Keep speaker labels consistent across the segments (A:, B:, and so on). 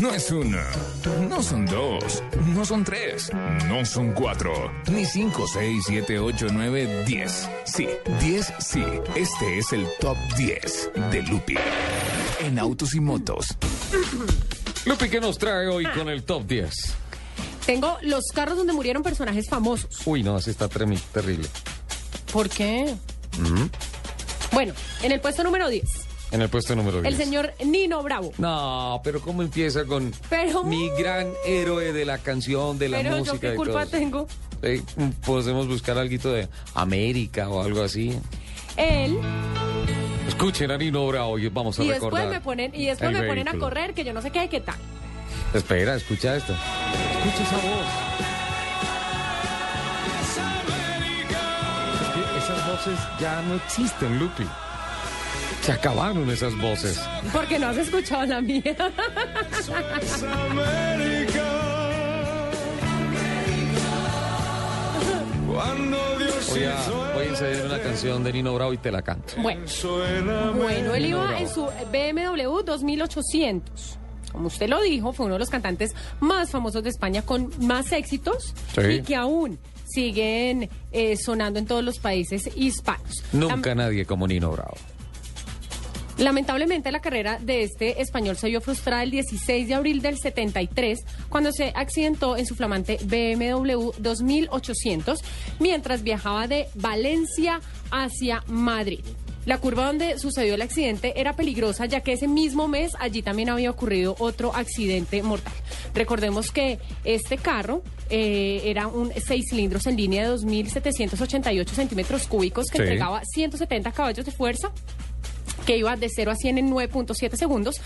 A: No es una, no son dos, no son tres, no son cuatro, ni cinco, seis, siete, ocho, nueve, diez. Sí, diez, sí. Este es el top 10 de Lupi en autos y motos.
B: Lupi, ¿qué nos trae hoy con el top 10?
C: Tengo los carros donde murieron personajes famosos.
B: Uy, no, así está tremi- terrible.
C: ¿Por qué? Bueno, en el puesto número 10,
B: En el puesto número 10.
C: el señor Nino Bravo.
B: No, pero ¿cómo empieza con
C: Pero-
B: mi gran héroe de la canción, de la
C: Pero
B: música?
C: yo qué
B: y
C: culpa
B: todo?
C: tengo.
B: Eh, podemos buscar algo de América o algo así.
C: Él,
B: Mm, Escuchen a Nino Bravo y vamos a
C: y
B: recordar.
C: después me ponen, y después
B: el
C: me ponen a
B: vehículo.
C: correr, que yo no sé qué, qué tal.
B: Espera, escucha esto. Escucha esa voz. Es que Esas voces ya no existen, Lupi. Se acabaron esas voces.
C: Porque no has escuchado la mía.
B: Voy a, voy a ensayar una canción de Nino Bravo y te la canto.
C: Bueno, bueno él
B: Nino
C: iba
B: Bravo.
C: en su BMW 2800. Como usted lo dijo, fue uno de los cantantes más famosos de España con más éxitos
B: Sí.
C: y que aún siguen eh, sonando en todos los países hispanos.
B: Nunca
C: Lam-
B: nadie como Nino Bravo.
C: Lamentablemente la carrera de este español se vio frustrada el 16 de abril del 73 cuando se accidentó en su flamante BMW 2800 mientras viajaba de Valencia hacia Madrid. La curva donde sucedió el accidente era peligrosa ya que ese mismo mes allí también había ocurrido otro accidente mortal. Recordemos que este carro eh, era un 6 cilindros en línea de 2.788 centímetros cúbicos que
B: Sí.
C: entregaba 170 caballos de fuerza que iba de 0 a 100 en 9.7 segundos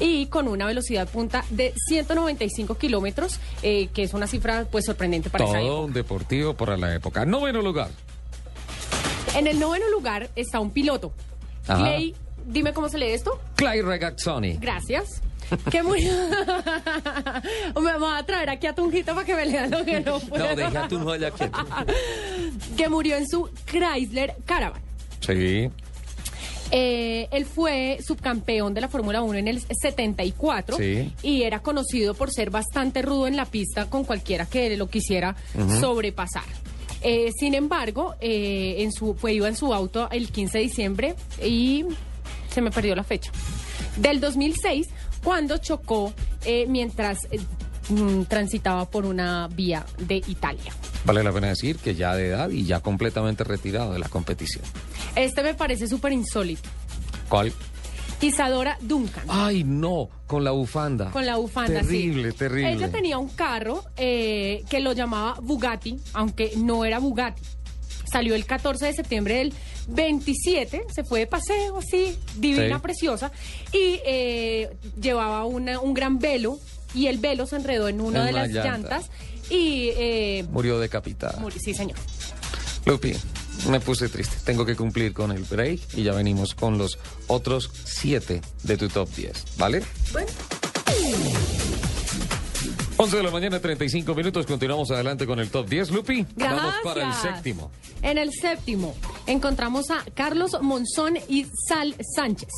C: y con una velocidad punta de 195 kilómetros, eh, que es una cifra pues sorprendente para esa
B: Todo
C: época.
B: un deportivo para la época. Noveno lugar.
C: En el noveno lugar está un piloto.
B: Ajá.
C: Clay, dime cómo se lee esto.
B: Clay Regazzoni.
C: Gracias. Que murió. me voy a traer aquí a Tunjito para que me lea lo que no puedo.
B: No, deja tu joya quieto.
C: Que murió en su Chrysler Caravan.
B: Sí.
C: Eh, él fue subcampeón de la Fórmula 1 en el 74
B: Sí.
C: y era conocido por ser bastante rudo en la pista con cualquiera que lo quisiera sobrepasar. Eh, sin embargo, eh, en su, fue, iba en su auto el 15 de diciembre y se me perdió la fecha. Del 2006, cuando chocó eh, mientras eh, mm, transitaba por una vía de Italia.
B: Vale la pena decir que ya de edad y ya completamente retirado de la competición.
C: Este me parece súper insólito.
B: ¿Cuál?
C: Isadora Duncan.
B: Ay, no, con la bufanda.
C: Con la bufanda,
B: Terrible,
C: sí.
B: terrible.
C: Ella tenía un carro eh, que lo llamaba Bugatti, aunque no era Bugatti. Salió el 14 de septiembre del 27, se fue de paseo, así, divina,
B: Sí.
C: preciosa, y eh, llevaba una- un gran velo, y el velo se enredó en una
B: En
C: de
B: la
C: las
B: llanta.
C: llantas, y... eh,
B: Murió decapitada.
C: muri- sí, señor.
B: Lupi, me puse triste. Tengo que cumplir con el break y ya venimos con los otros siete de tu top 10, ¿vale? Bueno. 11 de la mañana, 35 minutos. Continuamos adelante con el top 10, Lupi.
C: Gracias.
B: Vamos para el séptimo.
C: En el séptimo encontramos a Carlos Monzón y Sal Sánchez.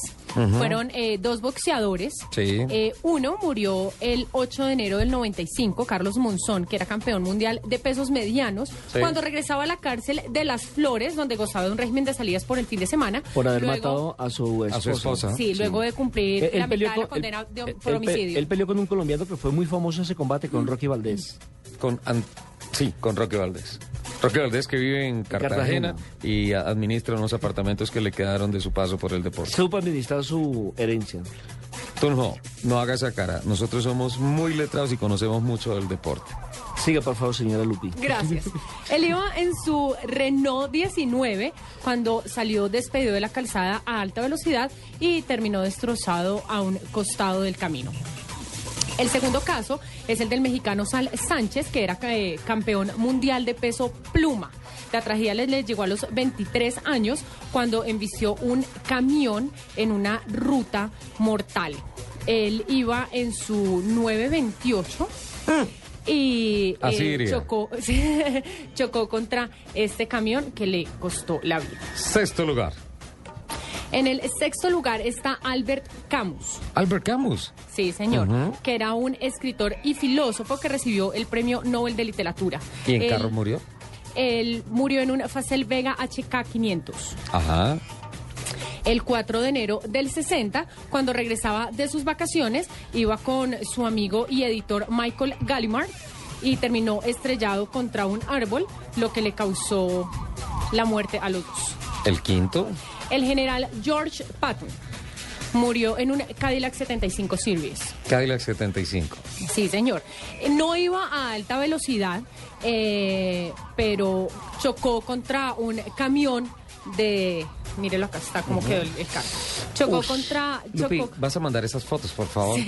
C: Fueron eh, dos boxeadores.
B: Sí.
C: Eh, uno murió el 8 de enero del 95, Carlos Monzón, que era campeón mundial de pesos medianos,
B: Sí.
C: cuando regresaba a la cárcel de Las Flores, donde gozaba de un régimen de salidas por el fin de semana.
D: Por haber
C: Luego-
D: matado a su esposa.
B: A su esposa.
C: Sí, luego de cumplir
D: Él- él
C: la
D: peleó
C: mitad de
D: con-
C: la condena
D: él-
C: de-
D: él-
C: por
D: él pe-
C: homicidio.
D: Él peleó con un colombiano que fue muy famoso ese combate con Rocky Valdés.
B: Con An- sí, con Roque Valdés. Roque Valdés que vive en Cartagena,
D: Cartagena.
B: y a- administra unos apartamentos que le quedaron de su paso por el deporte.
D: Supo administrar su herencia.
B: Tunjo, no hagas esa cara. Nosotros somos muy letrados y conocemos mucho del deporte.
D: Siga, por favor, señora Lupi.
C: Gracias. Él iba en su Renault 19 cuando salió despedido de la calzada a alta velocidad y terminó destrozado a un costado del camino. El segundo caso es el del mexicano Sal Sánchez, que era eh, campeón mundial de peso pluma. La tragedia le, le llegó a los 23 años cuando embistió un camión en una ruta mortal. Él iba en su 928 y
B: A
C: eh,
B: Siria.
C: chocó, sí, chocó contra este camión que le costó la vida.
B: Sexto lugar.
C: En el sexto lugar está Albert Camus.
B: Albert Camus.
C: Sí, señor. Que era un escritor y filósofo que recibió el premio Nobel de Literatura.
B: ¿Y en
C: Él-
B: carro murió?
C: Él murió en un Facel Vega HK500
B: Ajá.
C: el 4 de enero del 60, cuando regresaba de sus vacaciones, iba con su amigo y editor Michael Gallimard y terminó estrellado contra un árbol, lo que le causó la muerte a los dos.
B: El quinto.
C: El general George Patton murió en un Cadillac 75 Series.
B: Cadillac 75.
C: Sí, señor. Eh, No iba a alta velocidad, eh, pero chocó contra un camión de... Mírelo acá, está como quedó el, el carro. Chocó
B: Ush.
C: contra...
B: Lupi,
C: chocó-
B: vas a mandar esas fotos, por favor.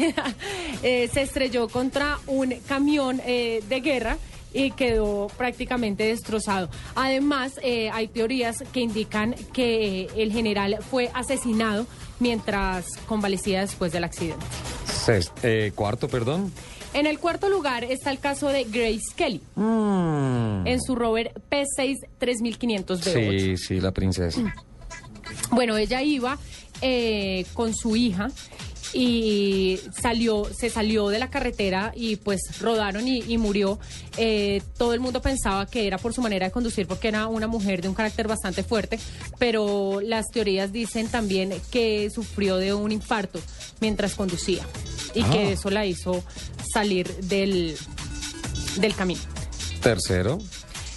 C: eh, se estrelló contra un camión eh, de guerra y quedó prácticamente destrozado. Además, eh, hay teorías que indican que eh, el general fue asesinado mientras convalecía después del accidente.
B: Sext- eh, cuarto, perdón.
C: En el cuarto lugar está el caso de Grace Kelly
B: Eh,
C: en su rover P6 3500 V8.
B: Sí, sí, la princesa.
C: Bueno, ella iba eh, con su hija y salió, se salió de la carretera y pues rodaron y, y murió. Eh, todo el mundo pensaba que era por su manera de conducir porque era una mujer de un carácter bastante fuerte, pero las teorías dicen también que sufrió de un infarto mientras conducía y que eso la hizo salir del, del camino.
B: Tercero.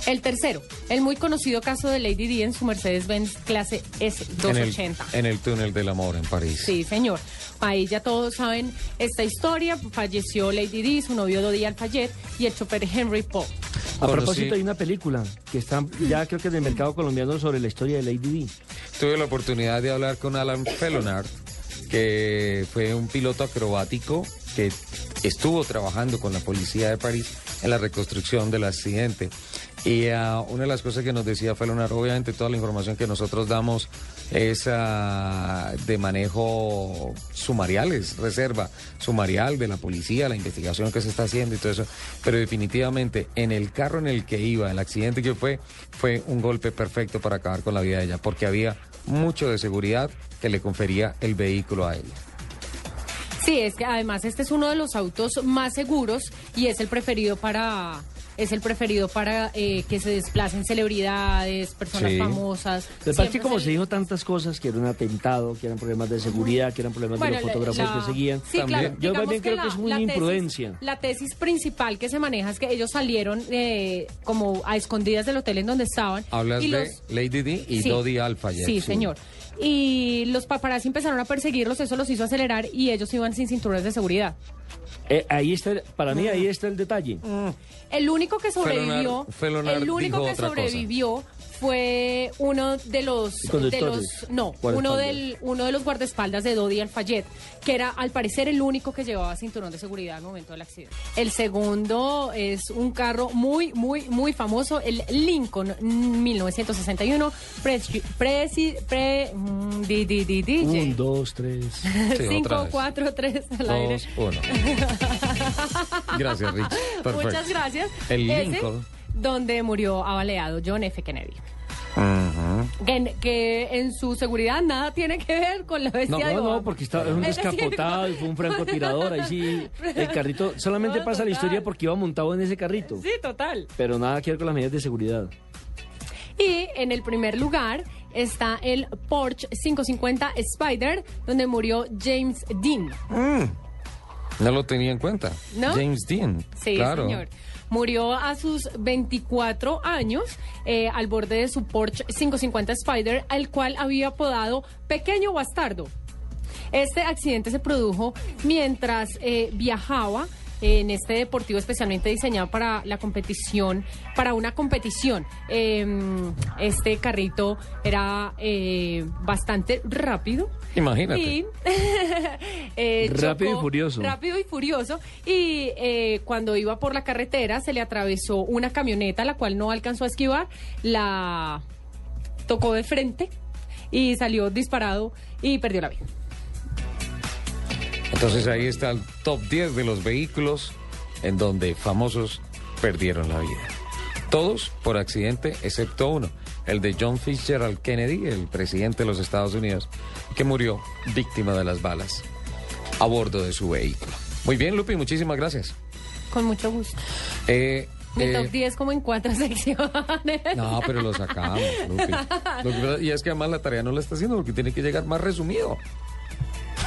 C: El tercero, el muy conocido caso de Lady Di en su Mercedes-Benz clase
B: En el,
C: S280.
B: en el túnel del amor en París.
C: Sí, señor. Ahí ya todos saben esta historia. Falleció Lady Di, su novio Dodi Alfayet y el chofer Henry Paul.
D: A
B: Conocí-
D: propósito, hay una película que está ya creo que en el mercado colombiano sobre la historia de Lady Di.
B: Tuve la oportunidad de hablar con Alan Felonard, que fue un piloto acrobático que estuvo trabajando con la policía de París en la reconstrucción del accidente. Y ah, una de las cosas que nos decía Felonard, obviamente toda la información que nosotros damos es ah, de manejo sumarial, es reserva sumarial de la policía, la investigación que se está haciendo y todo eso. Pero definitivamente en el carro en el que iba, el accidente que fue, fue un golpe perfecto para acabar con la vida de ella, porque había mucho de seguridad que le confería el vehículo a ella.
C: Sí, es que además este es uno de los autos más seguros y es el preferido para es el preferido para eh, que se desplacen celebridades, personas
B: Sí.
C: famosas.
D: Lo que pasa es que
C: Siempre
D: como
C: se-
D: se dijo tantas cosas, que era un atentado, que eran problemas de seguridad, que eran problemas de los
C: la-
D: fotógrafos
C: la-
D: que seguían.
C: Sí,
D: También-
C: claro.
D: Yo
C: digamos
D: también creo
C: la-
D: que es muy
C: la tesis-
D: imprudencia.
C: la tesis principal que se maneja es que ellos salieron eh, como a escondidas del hotel en donde estaban.
B: Hablas
C: y
B: de
C: los-
B: Lady Di y
C: Sí.
B: Dodi Alfayet.
C: Sí, señor. Y los paparazzi empezaron a perseguirlos, eso los hizo acelerar y ellos iban sin cinturones de seguridad.
D: Eh, ahí está, para mí
C: Ah.
D: ahí está el detalle.
C: Mm. El único que sobrevivió,
B: Leonard- fue Leonard
C: el único
B: dijo
C: que
B: otra cosa.
C: sobrevivivió fue uno de los de
D: Conductores,
C: los no, uno
D: guardaespaldas.
C: del uno de los guardaespaldas de Dodi Alfayet, que era al parecer el único que llevaba cinturón de seguridad al momento del accidente. El segundo es un carro muy muy muy famoso, el Lincoln 1961 presi, presi- pre- mm, di- di- di- di-
D: Un, dos, tres.
C: 5,
B: otra
C: 4, 3 al aire.
B: Dos, uno. Gracias, Rich. Perfecto.
C: Muchas gracias.
B: El
C: Ese,
B: Lincoln.
C: donde murió abaleado John F. Kennedy. Que, en, que en su seguridad nada tiene que ver con la bestia
D: No,
C: de
D: no,
C: Obama.
D: no, porque está, es un
C: Es decir,
D: descapotado y fue un francotirador. Ahí sí, el carrito solamente
C: No,
D: pasa
C: total.
D: la historia porque iba montado en ese carrito.
C: Sí, total.
D: Pero nada que ver con las medidas de seguridad.
C: Y en el primer lugar está el Porsche 550 Spider, donde murió James Dean.
B: No lo tenía en cuenta.
C: ¿No?
B: James Dean.
C: Sí,
B: claro.
C: señor. Murió a sus 24 años eh, al borde de su Porsche 550 Spider, al cual había apodado Pequeño Bastardo. Este accidente se produjo mientras eh, viajaba en este deportivo especialmente diseñado para la competición, para una competición. Eh, este carrito era eh, bastante rápido.
B: Imagínate.
C: Y, eh,
D: Rápido y furioso.
C: Rápido y furioso. Y eh, cuando iba por la carretera se le atravesó una camioneta, la cual no alcanzó a esquivar, la tocó de frente y salió disparado y perdió la vida.
B: Entonces ahí está el top 10 de los vehículos en donde famosos perdieron la vida. Todos por accidente, excepto uno, el de John Fitzgerald Kennedy, el presidente de los Estados Unidos, que murió víctima de las balas a bordo de su vehículo. Muy bien, Lupi, muchísimas gracias.
C: Con mucho gusto.
B: Eh,
C: Mi
B: eh,
C: top 10 como en cuatro secciones.
B: No, pero lo sacamos, Lupi. Lo que pasa- y es que además la tarea no la está haciendo porque tiene que llegar más resumido.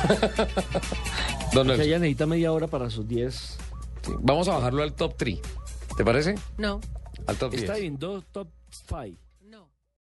B: Don
D: O sea,
B: Nelson.
D: ella necesita media hora para sus 10.
B: Sí, Vamos a bajarlo al top 3. ¿Te parece?
C: No.
B: Al top 10.
D: Está bien, dos top 5.